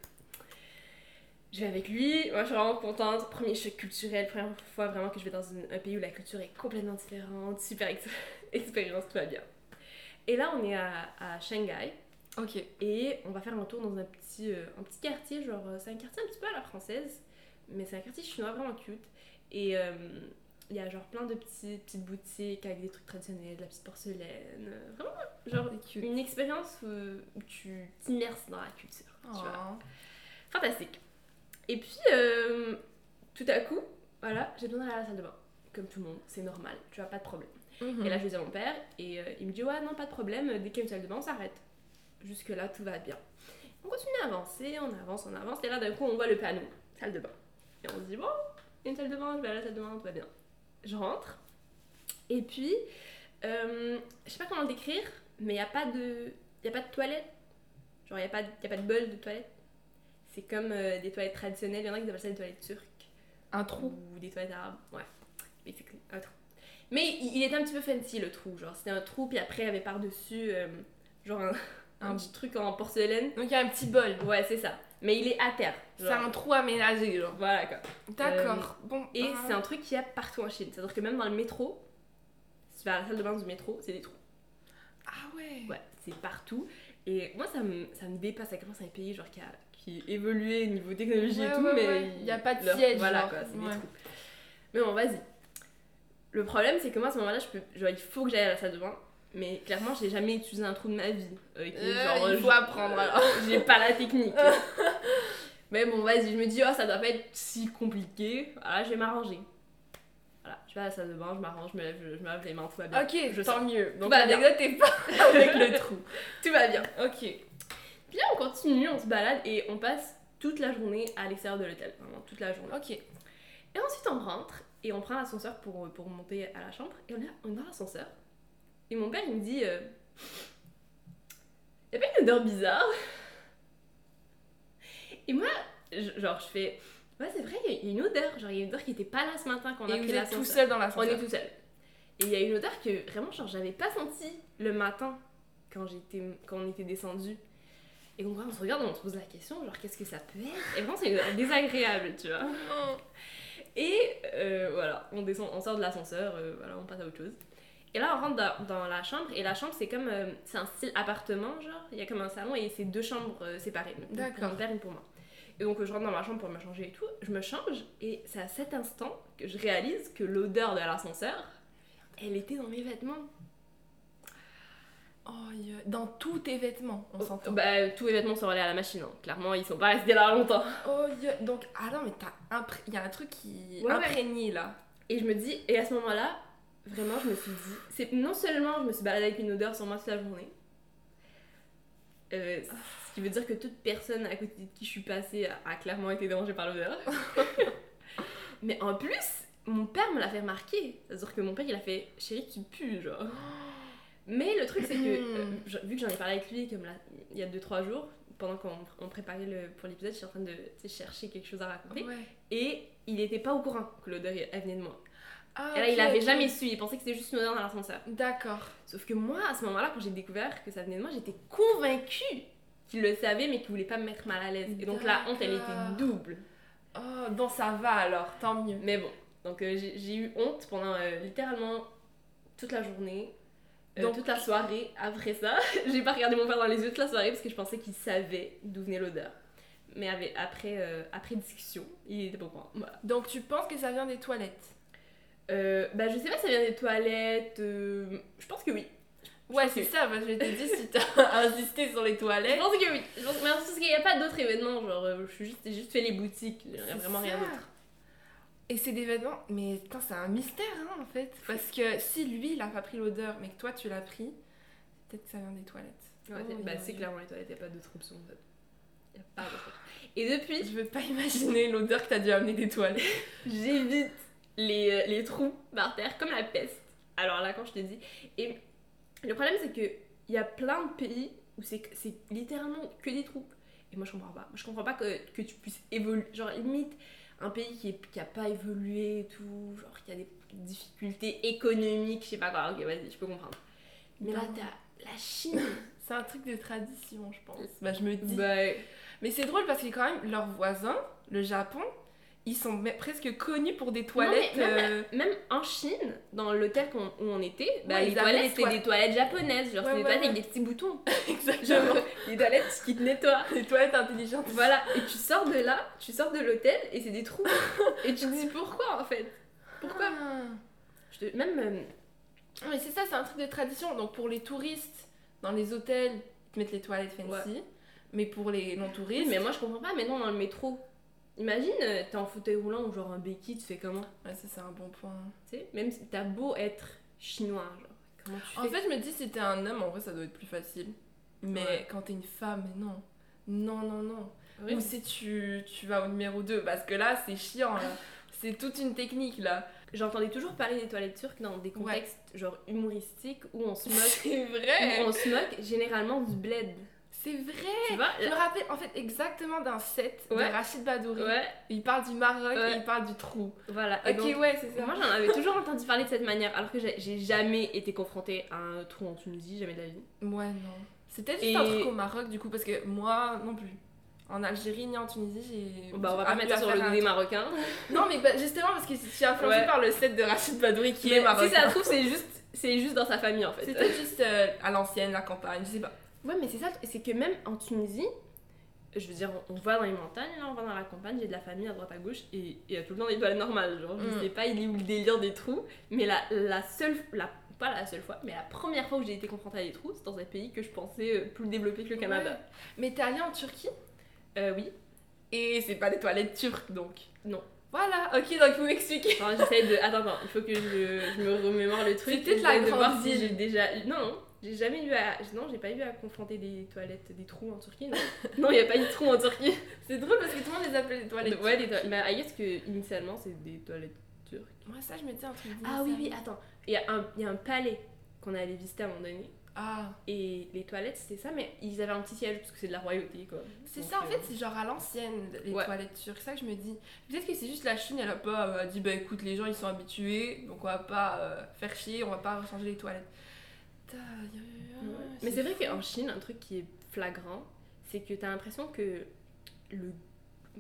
Speaker 2: Je vais avec lui, moi je suis vraiment contente. Premier choc culturel, première fois vraiment que je vais dans une- un pays où la culture est complètement différente. Super ex- expérience, tout va bien. Et là, on est à, à Shanghai
Speaker 1: Ok.
Speaker 2: et on va faire un tour dans un petit, euh, un petit quartier, genre euh, c'est un quartier un petit peu à la française, mais c'est un quartier chinois vraiment cute. Et euh, il y a genre plein de petits, petites boutiques avec des trucs traditionnels, de la petite porcelaine. euh, Vraiment, genre
Speaker 1: C'est cute.
Speaker 2: une expérience euh, où tu t'immerses dans la culture. tu vois
Speaker 1: Oh.
Speaker 2: fantastique. Et puis, euh, tout à coup, voilà, j'ai besoin d'aller à la salle de bain. Comme tout le monde, c'est normal, tu as pas de problème.
Speaker 1: Mhm.
Speaker 2: Et là, je dis à mon père, et euh, il me dit, ouais, non, pas de problème, dès qu'il y a une salle de bain, on s'arrête. Jusque-là, tout va bien. On continue à avancer, on avance, on avance, et là, d'un coup, on voit le panneau, salle de bain. Et on se dit, bon, il y a une salle de bain, je vais aller à la salle de bain, tout va bien. Je rentre, et puis, euh, je sais pas comment le décrire, mais il n'y a, pas de- y a pas de toilette. Genre, il n'y a, pas de- y a pas de bol de toilette. C'est comme euh, des toilettes traditionnelles, il y en a qui appellent ça des toilettes turques.
Speaker 1: Un trou.
Speaker 2: Ou des toilettes arabes, ouais. Basically, un trou. Mais il, il était un petit peu fancy le trou, genre c'était un trou, puis après il y avait par-dessus, euh, genre un, un
Speaker 1: Un-
Speaker 2: petit truc en porcelaine.
Speaker 1: Donc il y a un petit bol.
Speaker 2: Ouais, c'est ça. Mais il est à terre.
Speaker 1: C'est un trou aménagé, genre.
Speaker 2: Voilà quoi.
Speaker 1: D'accord. Bon.
Speaker 2: Euh, Et
Speaker 1: ah.
Speaker 2: c'est un truc qu'il y a partout en Chine. C'est-à-dire que même dans le métro, si tu vas à la salle de bain du métro, c'est des trous.
Speaker 1: Ah ouais.
Speaker 2: Ouais, c'est partout. Et moi ça me, ça me dépasse à quel point c'est un pays genre qui a qui a évolué au niveau technologie et
Speaker 1: Ouais,
Speaker 2: tout,
Speaker 1: ouais,
Speaker 2: mais
Speaker 1: ouais. Il y a pas de
Speaker 2: leur-
Speaker 1: siège,
Speaker 2: Voilà
Speaker 1: genre.
Speaker 2: quoi, c'est
Speaker 1: Ouais.
Speaker 2: des trous. Mais bon, vas-y. Le problème, c'est que moi à ce moment-là, je peux, genre, il faut que j'aille à la salle de bain. Mais clairement, j'ai jamais utilisé un trou de ma vie. Ok,
Speaker 1: Euh,
Speaker 2: genre,
Speaker 1: il
Speaker 2: je-
Speaker 1: faut apprendre, alors.
Speaker 2: J'ai pas la technique. mais bon, vas-y, je me dis, oh, ça doit pas être si compliqué. Voilà, je vais m'arranger. Voilà, je vais à la salle de bain, je m'arrange, je me lève, je, je me lave les mains, tout va bien.
Speaker 1: Ok, tant mieux. Donc
Speaker 2: Bah,
Speaker 1: l'anecdote est pas avec le trou.
Speaker 2: Tout va bien.
Speaker 1: Ok.
Speaker 2: Puis là, on continue, on se balade et on passe toute la journée à l'extérieur de l'hôtel. Vraiment, toute la journée.
Speaker 1: Ok.
Speaker 2: Et ensuite, on rentre et on prend l'ascenseur pour, pour monter à la chambre. Et on est, on est dans l'ascenseur. Et mon père, il me dit euh, Y'a pas une odeur bizarre Et moi, je- genre, je fais Ouais, c'est vrai, il y a- il y a une odeur. Genre, il y a une odeur qui était pas là ce matin quand on a
Speaker 1: Et
Speaker 2: pris
Speaker 1: vous êtes tout
Speaker 2: l'ascenseur.
Speaker 1: seul dans
Speaker 2: On est
Speaker 1: l'ascenseur.
Speaker 2: tout seul. Et il y a une odeur que vraiment, genre, j'avais pas sentie le matin quand, j'étais, quand on était descendu. Et donc, ouais, on se regarde, on se pose la question, genre, qu'est-ce que ça peut être Et vraiment, c'est une odeur désagréable, tu vois. Et euh, voilà, on descend, on sort de l'ascenseur, euh, voilà, on passe à autre chose. Et là, on rentre dans, dans la chambre, et la chambre, c'est comme, euh, c'est un style appartement, genre, il y a comme un salon, et c'est deux chambres euh, séparées, une pour
Speaker 1: D'accord.
Speaker 2: mon père, une pour moi. Et donc, euh, je rentre dans ma chambre pour me changer et tout, je me change, et c'est à cet instant que je réalise que l'odeur de l'ascenseur, elle était dans mes vêtements.
Speaker 1: Oh, il y a- Dans tous tes vêtements, on s'entend.
Speaker 2: Bah, tous les vêtements sont allés à la machine, hein. clairement, ils sont pas restés là longtemps.
Speaker 1: Oh, il y a- donc, ah non, mais t'as impré- il y a un truc qui
Speaker 2: Ouais, ouais.
Speaker 1: imprégné là.
Speaker 2: Et je me dis, et à ce moment-là, vraiment, je me suis dit, c'est non seulement je me suis baladée avec une odeur sur moi toute la journée, euh, ce qui veut dire que toute personne à côté de qui je suis passée a, a clairement été dérangée par l'odeur, mais en plus, mon père me l'a fait remarquer. C'est-à-dire que mon père, il a fait, chérie, tu pues, genre. Mais le truc, c'est que, euh, je- vu que j'en ai parlé avec lui comme la- il y a 2-3 jours, pendant qu'on on préparait le, pour l'épisode, je suis en train de tu sais, chercher quelque chose à raconter.
Speaker 1: Ouais.
Speaker 2: Et il n'était pas au courant que l'odeur elle venait de moi.
Speaker 1: Ah,
Speaker 2: Et là,
Speaker 1: ok,
Speaker 2: il avait
Speaker 1: ok.
Speaker 2: jamais su, il pensait que c'était juste une odeur dans l'ascenseur.
Speaker 1: D'accord.
Speaker 2: Sauf que moi, à ce moment-là, quand j'ai découvert que ça venait de moi, j'étais convaincue qu'il le savait, mais qu'il voulait pas me mettre mal à l'aise. Et donc la honte, elle
Speaker 1: D'accord.
Speaker 2: était double.
Speaker 1: Oh, bon, ça va alors, tant mieux.
Speaker 2: Mais bon, donc euh, j'ai j'ai eu honte pendant euh, littéralement toute la journée, euh,
Speaker 1: Donc-
Speaker 2: toute la soirée. Après ça, j'ai pas regardé mon père dans les yeux toute la soirée parce que je pensais qu'il savait d'où venait l'odeur. Mais avec- après, euh, après discussion, il était pas au courant. Voilà.
Speaker 1: Donc, tu penses que ça vient des toilettes
Speaker 2: Euh, bah, je sais pas si ça vient des toilettes. euh, je pense que oui. Je
Speaker 1: Ouais,
Speaker 2: pense
Speaker 1: c'est
Speaker 2: que-
Speaker 1: ça, parce que je t'ai dit si t'as insisté sur les
Speaker 2: Je
Speaker 1: toilettes.
Speaker 2: pense que oui. Je pense, mais parce qu'il n'y a pas d'autres événements. Genre, euh, je suis juste, j'ai juste fait les boutiques. Il n'y a
Speaker 1: C'est
Speaker 2: vraiment rien
Speaker 1: ça.
Speaker 2: d'autre.
Speaker 1: Et c'est des vêtements, mais putain, c'est un mystère hein, en fait. Parce que si lui il a pas pris l'odeur, mais que toi tu l'as pris, peut-être que ça vient des toilettes.
Speaker 2: Ouais,
Speaker 1: Oh,
Speaker 2: c'est- bah,
Speaker 1: mon
Speaker 2: c'est
Speaker 1: Dieu.
Speaker 2: clairement les toilettes. Il n'y a pas d'autres options. en fait. Y a pas d'autre. Et depuis,
Speaker 1: Je veux pas imaginer l'odeur que t'as dû amener des toilettes.
Speaker 2: j'évite les, euh, les trous par terre comme la peste. Alors là, quand je te dis. Et le problème, c'est que il y a plein de pays où c'est c'est littéralement que des troupes. Et moi, je comprends pas. Moi, je comprends pas que, que tu puisses évoluer. Genre, limite, un pays qui, est, qui a pas évolué et tout, genre, qui a des difficultés économiques, je sais pas quoi. Ok, vas-y, je peux comprendre. Mais là,
Speaker 1: Non.
Speaker 2: t'as la Chine.
Speaker 1: C'est un truc de tradition, je pense. Bah, je me dis.
Speaker 2: bah,
Speaker 1: Mais c'est drôle parce que, quand même, leurs voisins, le Japon, ils sont me- presque connus pour des
Speaker 2: mais
Speaker 1: toilettes.
Speaker 2: même la-
Speaker 1: euh,
Speaker 2: Même en Chine, dans l'hôtel qu'on- où on était, bah,
Speaker 1: Ouais,
Speaker 2: les
Speaker 1: ils avaient
Speaker 2: toilettes
Speaker 1: les
Speaker 2: c'était des toilettes japonaises, genre
Speaker 1: Ouais,
Speaker 2: c'est des
Speaker 1: ouais,
Speaker 2: toilettes
Speaker 1: ouais.
Speaker 2: avec des petits boutons.
Speaker 1: Exactement.
Speaker 2: Genre des toilettes qui te nettoient.
Speaker 1: Des toilettes intelligentes.
Speaker 2: Voilà, et tu sors de là, tu sors de l'hôtel et c'est des trous. et tu te dis pourquoi en fait Pourquoi
Speaker 1: Ah.
Speaker 2: Je te- Même. euh,
Speaker 1: Ah, Mais c'est ça, c'est un truc de tradition. Donc pour les touristes, dans les hôtels, ils te mettent les toilettes fancy. Mais pour les
Speaker 2: oui,
Speaker 1: non-touristes.
Speaker 2: mais moi je comprends pas, maintenant dans le métro. Imagine, euh, t'es en fauteuil roulant ou genre un béquille, tu fais comment
Speaker 1: Ouais, ça, c'est un bon point.
Speaker 2: Tu sais, même si t'as beau être chinois, genre, comment tu
Speaker 1: En
Speaker 2: fais
Speaker 1: fait, je me dis, si t'es un homme, en vrai, ça doit être plus facile. Mais
Speaker 2: Ouais.
Speaker 1: quand t'es une femme, non. Non, non, non.
Speaker 2: Oui.
Speaker 1: Ou si tu, tu vas au numéro 2, parce que là, c'est chiant. là. C'est toute une technique, là.
Speaker 2: J'entendais toujours parler des toilettes turques dans des contextes genre humoristiques où on se moque.
Speaker 1: C'est
Speaker 2: où
Speaker 1: vrai.
Speaker 2: on se moque généralement du bled.
Speaker 1: C'est vrai.
Speaker 2: Tu vois
Speaker 1: Je me rappelle, en fait, exactement d'un set
Speaker 2: Ouais.
Speaker 1: de Rachid Badouri.
Speaker 2: Ouais,
Speaker 1: Il parle du Maroc
Speaker 2: Ouais.
Speaker 1: et il parle du trou.
Speaker 2: voilà. Et
Speaker 1: Ok,
Speaker 2: donc,
Speaker 1: ouais, c'est ça.
Speaker 2: moi, j'en avais toujours entendu parler de cette manière, alors que j'ai- j'ai jamais été confrontée à un trou hein, en Tunisie, jamais de la vie.
Speaker 1: Ouais, non. C'était juste
Speaker 2: Et-
Speaker 1: un truc au Maroc, du coup, parce que moi, non plus. En Algérie ni en Tunisie, j'ai.
Speaker 2: Bah, on va
Speaker 1: Ah,
Speaker 2: pas mettre ça
Speaker 1: eu
Speaker 2: sur
Speaker 1: à
Speaker 2: le
Speaker 1: faire
Speaker 2: dos
Speaker 1: un
Speaker 2: des Marocains.
Speaker 1: truc. Non, mais bah, justement, parce que je suis influencée
Speaker 2: Ouais.
Speaker 1: par le set de Rachid Badouri qui
Speaker 2: Mais
Speaker 1: est marocain.
Speaker 2: Si ça se trouve, c'est juste, c'est juste dans sa famille en fait.
Speaker 1: C'était juste euh, à l'ancienne, la campagne, je sais pas.
Speaker 2: Ouais, mais c'est ça, c'est que même en Tunisie, je veux dire, on on va dans les montagnes, là, on va dans la campagne, j'ai de la famille à droite à gauche, et il y a tout le temps des toilettes normales. Genre, je
Speaker 1: Mm.
Speaker 2: sais pas, il est où le délire des trous, mais la, la seule, la, pas la seule fois, mais la première fois où j'ai été confrontée à des trous, c'est dans un pays que je pensais euh, plus développé que le Canada.
Speaker 1: Ouais. Mais t'es allée en Turquie
Speaker 2: Euh, oui.
Speaker 1: et c'est pas des toilettes turques donc.
Speaker 2: Non.
Speaker 1: Voilà, ok, donc vous m'expliquez.
Speaker 2: Enfin, j'essaye de. Attends, attends, il faut que je, je me remémore le truc.
Speaker 1: C'est peut-être la
Speaker 2: J'essaye de
Speaker 1: grande
Speaker 2: voir si
Speaker 1: ville.
Speaker 2: j'ai déjà. eu- Non, non, j'ai jamais eu à. Non, j'ai pas eu à confronter des toilettes, des trous en Turquie, non. non, il n'y a pas eu de trous en Turquie.
Speaker 1: C'est drôle parce que tout le monde les appelle des toilettes
Speaker 2: ouais, des toilettes. Mais ailleurs, que initialement, c'est des toilettes turques.
Speaker 1: turques. Moi, ça, je me dis un truc.
Speaker 2: Ah oui,
Speaker 1: bizarre.
Speaker 2: oui, attends. Il y, a un- il y a un palais qu'on allait visiter à un moment donné.
Speaker 1: Ah,
Speaker 2: Et les toilettes, c'était ça, mais ils avaient un petit siège parce que c'est de la royauté, quoi.
Speaker 1: c'est
Speaker 2: Donc,
Speaker 1: ça en
Speaker 2: euh,
Speaker 1: fait, c'est genre à l'ancienne les
Speaker 2: Ouais.
Speaker 1: toilettes turques. C'est ça que je me dis. Peut-être que c'est juste la Chine, elle a pas euh, dit bah écoute, les gens ils sont habitués donc on va pas euh, faire chier, on va pas changer les toilettes. Putain, y a-
Speaker 2: Ouais. Mais c'est vrai qu'en Chine, un truc qui est flagrant, c'est que t'as l'impression que le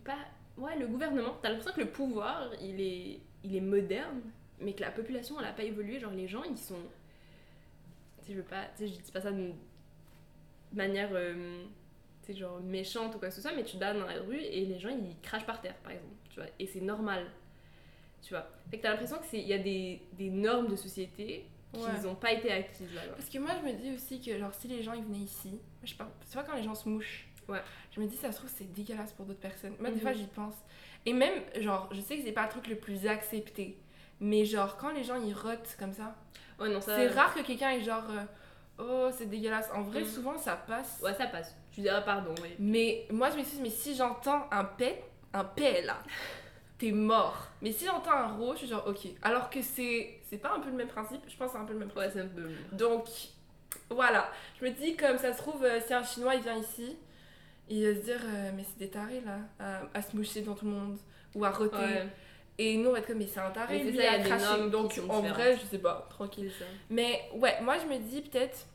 Speaker 2: pas ouais le gouvernement, t'as l'impression que le pouvoir il est il est moderne, mais que la population elle a pas évolué. Genre les gens ils sont, tu sais, je veux pas, tu sais, je dis pas ça d'une manière euh, tu sais, genre méchante ou quoi que ce soit, mais tu te balades dans la rue et les gens ils crachent par terre par exemple, tu vois, et c'est normal, tu vois. Fait que t'as l'impression que c'est il y a des, des normes de société qui
Speaker 1: Ouais.
Speaker 2: n'ont pas été acquises là.
Speaker 1: Parce que moi, je me dis aussi que, genre, si les gens ils venaient ici, je sais pas, tu vois, quand les gens se mouchent,
Speaker 2: Ouais.
Speaker 1: je me dis, ça se trouve, c'est dégueulasse pour d'autres personnes. Moi, des
Speaker 2: Mhm.
Speaker 1: fois, j'y pense. Et même, genre, je sais que c'est pas le truc le plus accepté, mais genre, quand les gens ils rotent comme ça,
Speaker 2: Ouais Oh non ça. euh,
Speaker 1: c'est rare que quelqu'un est genre, euh, oh, c'est dégueulasse. En vrai,
Speaker 2: Mhm.
Speaker 1: souvent, ça passe.
Speaker 2: Ouais, ça passe. Tu dis, ah, pardon, oui.
Speaker 1: Mais moi, je me suis dit, mais si j'entends un pet, un pet là, t'es mort. Mais si j'entends un ro, je suis genre, ok. Alors que c'est c'est pas un peu le même principe, je pense que c'est un peu le même principe.
Speaker 2: Ouais, c'est un peu.
Speaker 1: Donc voilà, je me dis comme ça se trouve, euh, si un Chinois il vient ici, il va se dire euh, mais c'est des tarés là, à, à se moucher dans tout le monde ou à roter.
Speaker 2: Ouais,
Speaker 1: Et nous on va être comme mais c'est un taré,
Speaker 2: Mais c'est
Speaker 1: lui
Speaker 2: ça,
Speaker 1: il
Speaker 2: il y
Speaker 1: a
Speaker 2: a des normes
Speaker 1: craché.
Speaker 2: qui
Speaker 1: Donc
Speaker 2: sont
Speaker 1: en
Speaker 2: différentes.
Speaker 1: vrai je sais pas, tranquille.
Speaker 2: tranquille ça.
Speaker 1: Mais ouais, moi je me dis peut-être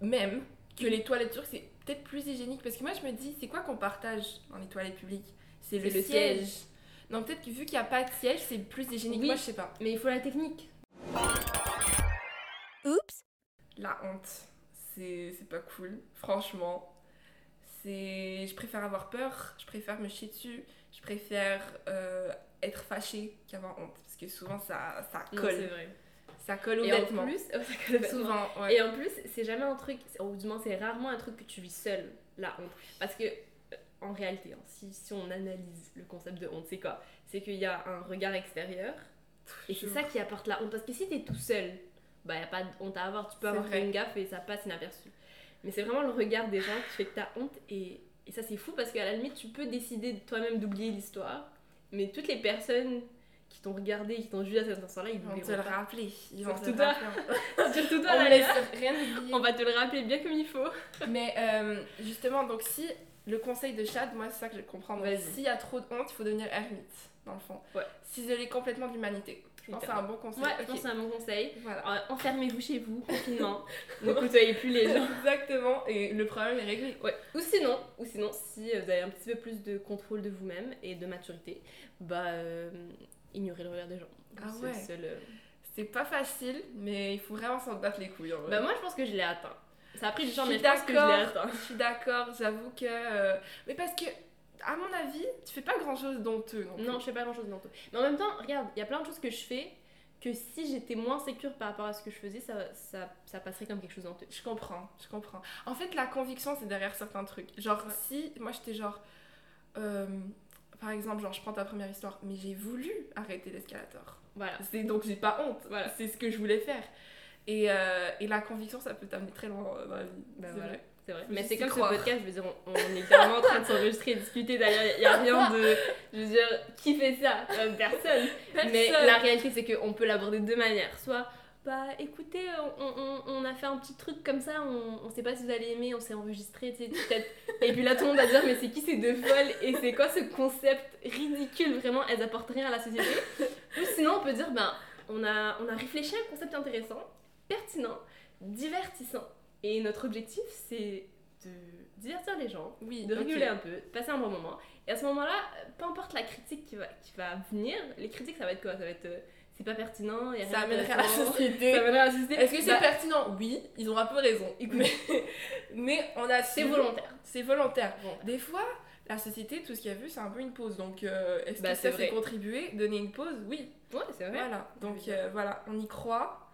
Speaker 1: même que les toilettes turques c'est peut-être plus hygiénique parce que moi je me dis c'est quoi qu'on partage dans les toilettes publiques C'est le,
Speaker 2: C'est le
Speaker 1: siège.
Speaker 2: siège.
Speaker 1: Donc peut-être que vu qu'il n'y a pas de siège c'est plus hygiénique.
Speaker 2: Oui.
Speaker 1: Moi je sais pas.
Speaker 2: Mais il faut la technique.
Speaker 3: Oups.
Speaker 1: La honte, c'est c'est pas cool, franchement. C'est, je préfère avoir peur, je préfère me chier dessus, je préfère euh, être fâchée qu'avoir honte, parce que souvent ça, ça
Speaker 2: Non,
Speaker 1: colle,
Speaker 2: c'est vrai.
Speaker 1: ça colle aux
Speaker 2: Et en
Speaker 1: vêtements.
Speaker 2: plus, oh, ça colle aux vêtements.
Speaker 1: souvent, ouais.
Speaker 2: Et en plus, c'est jamais un truc, ou du moins, c'est rarement un truc que tu vis seul, la honte. Parce que, euh, en réalité, hein, si, si on analyse le concept de honte, c'est quoi C'est qu'il y a un regard extérieur, et c'est ça qui apporte la honte. Parce que si t'es tout seul, bah, y a pas de honte à avoir, tu peux
Speaker 1: C'est
Speaker 2: avoir fait
Speaker 1: vrai.
Speaker 2: une gaffe et ça passe inaperçu. Mais c'est vraiment le regard des gens qui fait que t'as honte, et, et ça, c'est fou parce qu'à la limite, tu peux décider de toi-même d'oublier l'histoire, mais toutes les personnes qui t'ont regardé, qui t'ont jugé à cet instant-là, ils
Speaker 1: Ils vont
Speaker 2: l'oublieront
Speaker 1: te le
Speaker 2: pas.
Speaker 1: rappeler. Ils vont te
Speaker 2: Surtout
Speaker 1: le
Speaker 2: toi.
Speaker 1: rappeler.
Speaker 2: Surtout toi,
Speaker 1: On
Speaker 2: Lalia.
Speaker 1: laisse rien oublier.
Speaker 2: On va te le rappeler bien comme il faut.
Speaker 1: Mais euh, justement, donc si le conseil de Chad, moi c'est ça que je comprends. donc,
Speaker 2: Vas-y.
Speaker 1: S'il y a trop de honte, il faut devenir ermite, dans le fond.
Speaker 2: Ouais.
Speaker 1: Ciseler complètement de l'humanité. Je pense que c'est un bon conseil.
Speaker 2: Moi, je
Speaker 1: Ok.
Speaker 2: pense que c'est un bon conseil.
Speaker 1: Voilà.
Speaker 2: Alors, Enfermez-vous chez vous, confinement. ne côtoyez plus les gens.
Speaker 1: Exactement, et le problème est réglé.
Speaker 2: Ouais. Ou sinon, ou sinon, si euh, vous avez un petit peu plus de contrôle de vous-même et de maturité, bah euh, ignorez le regard des gens.
Speaker 1: Ah
Speaker 2: C'est le
Speaker 1: ouais.
Speaker 2: seul, euh,
Speaker 1: C'est pas facile, mais il faut vraiment s'en battre les couilles en vrai.
Speaker 2: Bah moi, je pense que je l'ai atteint. Ça a pris du temps,
Speaker 1: Je
Speaker 2: mais
Speaker 1: suis
Speaker 2: je pense que je l'ai
Speaker 1: d'accord.
Speaker 2: atteint.
Speaker 1: Je suis d'accord, j'avoue que. euh, Mais parce que, à mon avis, tu fais pas grand chose d'honteux. non plus.
Speaker 2: Non, je fais pas grand-chose dans tout. Mais en même temps, regarde, il y a plein de choses que je fais que si j'étais moins sécure par rapport à ce que je faisais, ça, ça, ça passerait comme quelque chose dans
Speaker 1: Je comprends, je comprends. En fait, la conviction, c'est derrière certains trucs. Genre,
Speaker 2: Ouais.
Speaker 1: si moi j'étais genre. euh, par exemple, genre, je prends ta première histoire, mais j'ai voulu arrêter l'escalator.
Speaker 2: Voilà.
Speaker 1: C'est donc j'ai pas honte, voilà, c'est ce que je voulais faire. Et, euh, et la conviction, ça peut t'amener très loin euh, dans la vie.
Speaker 2: Bah
Speaker 1: c'est
Speaker 2: voilà.
Speaker 1: vrai.
Speaker 2: C'est vrai.
Speaker 1: Faut
Speaker 2: Mais
Speaker 1: juste
Speaker 2: c'est
Speaker 1: y
Speaker 2: comme ce
Speaker 1: croire.
Speaker 2: podcast, je veux dire, on, on est vraiment en train de s'enregistrer et discuter d'ailleurs, il n'y a rien de. Je veux dire, qui fait ça Euh, Personne. Mais
Speaker 1: Personne.
Speaker 2: la réalité, c'est qu'on peut l'aborder de deux manières. Soit, bah écoutez, on, on- on a fait un petit truc comme ça, on, on sait pas si vous allez aimer, on s'est enregistré, tu sais, peut-être. Et puis là, tout le monde va dire, mais c'est qui ces deux folles Et c'est quoi ce concept ridicule Vraiment, elles apportent rien à la société. Ou sinon, on peut dire, ben, on a, on a réfléchi à un concept intéressant, pertinent, divertissant. Et notre objectif, c'est de divertir les gens
Speaker 1: Oui,
Speaker 2: de
Speaker 1: ok.
Speaker 2: rigoler un peu, de passer un bon moment. Et à ce moment-là, peu importe la critique qui va, qui va venir, les critiques ça va être quoi Ça va être euh, c'est pas pertinent, y a rien
Speaker 1: Ça amènerait à la
Speaker 2: d'intéressant.
Speaker 1: société.
Speaker 2: Ça amènerait à la société.
Speaker 1: Est-ce que c'est
Speaker 2: Bah,
Speaker 1: pertinent Oui, ils ont un peu raison. Mais, mais on a
Speaker 2: c'est
Speaker 1: su-
Speaker 2: volontaire
Speaker 1: C'est volontaire.
Speaker 2: Bon.
Speaker 1: Des fois, la société, tout ce qu'il y a vu, c'est un peu une pause. Donc, euh, est-ce
Speaker 2: Bah,
Speaker 1: que
Speaker 2: c'est
Speaker 1: ça fait
Speaker 2: vrai.
Speaker 1: contribuer Donner une pause Oui.
Speaker 2: Ouais, c'est vrai.
Speaker 1: Voilà. Donc,
Speaker 2: Oui.
Speaker 1: euh, voilà, on y croit.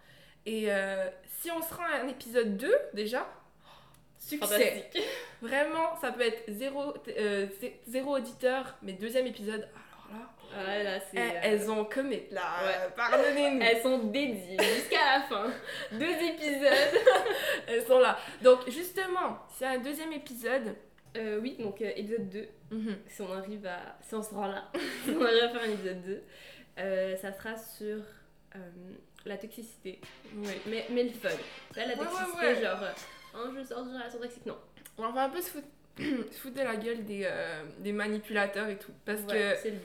Speaker 1: Et euh, si on se rend à un épisode 2, déjà, succès.
Speaker 2: Fantastique.
Speaker 1: Vraiment, ça peut être zéro, euh, zé- zéro auditeur, mais deuxième épisode, alors là,
Speaker 2: Ouais, là, c'est,
Speaker 1: elles,
Speaker 2: euh,
Speaker 1: elles ont commit, là.
Speaker 2: Ouais.
Speaker 1: Pardonnez-nous.
Speaker 2: elles sont dédiées jusqu'à la fin. Deux épisodes.
Speaker 1: Elles sont là. Donc, justement, c'est un deuxième épisode.
Speaker 2: Euh, oui, donc euh, épisode 2, si on arrive à. Si on se rend là, si on arrive à faire un épisode 2, euh, ça sera sur euh, la toxicité.
Speaker 1: Ouais.
Speaker 2: Mais, mais le fun. Là, la
Speaker 1: Ouais, ouais,
Speaker 2: toxicité,
Speaker 1: ouais.
Speaker 2: genre, euh, Hein, je sors d'une relation toxique. Non,
Speaker 1: On va un peu se foutre, se foutre de la gueule des, euh, des manipulateurs et tout. Parce
Speaker 2: Voilà,
Speaker 1: que
Speaker 2: c'est le but.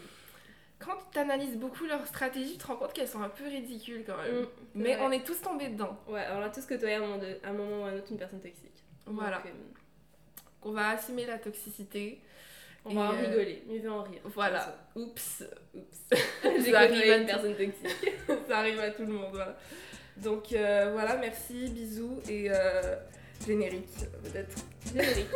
Speaker 1: quand tu analyses beaucoup leurs stratégies, tu te rends compte qu'elles sont un peu ridicules quand même.
Speaker 2: Mm,
Speaker 1: Mais
Speaker 2: vrai.
Speaker 1: on est tous tombés dedans.
Speaker 2: Ouais, alors là, tout ce que toi, à un moment, de- à un moment ou à un autre, une personne toxique.
Speaker 1: Voilà.
Speaker 2: Donc, euh,
Speaker 1: Qu'on va assumer la toxicicité.
Speaker 2: on va en
Speaker 1: Et, euh,
Speaker 2: rigoler, mieux vaut en rire.
Speaker 1: Voilà. Oups.
Speaker 2: Oups. J'ai
Speaker 1: Ça arrive à
Speaker 2: connu une
Speaker 1: tout-
Speaker 2: personne toxique.
Speaker 1: Ça arrive à tout le monde. Voilà. Donc euh, voilà, merci, bisous et euh, générique peut-être.
Speaker 2: Générique.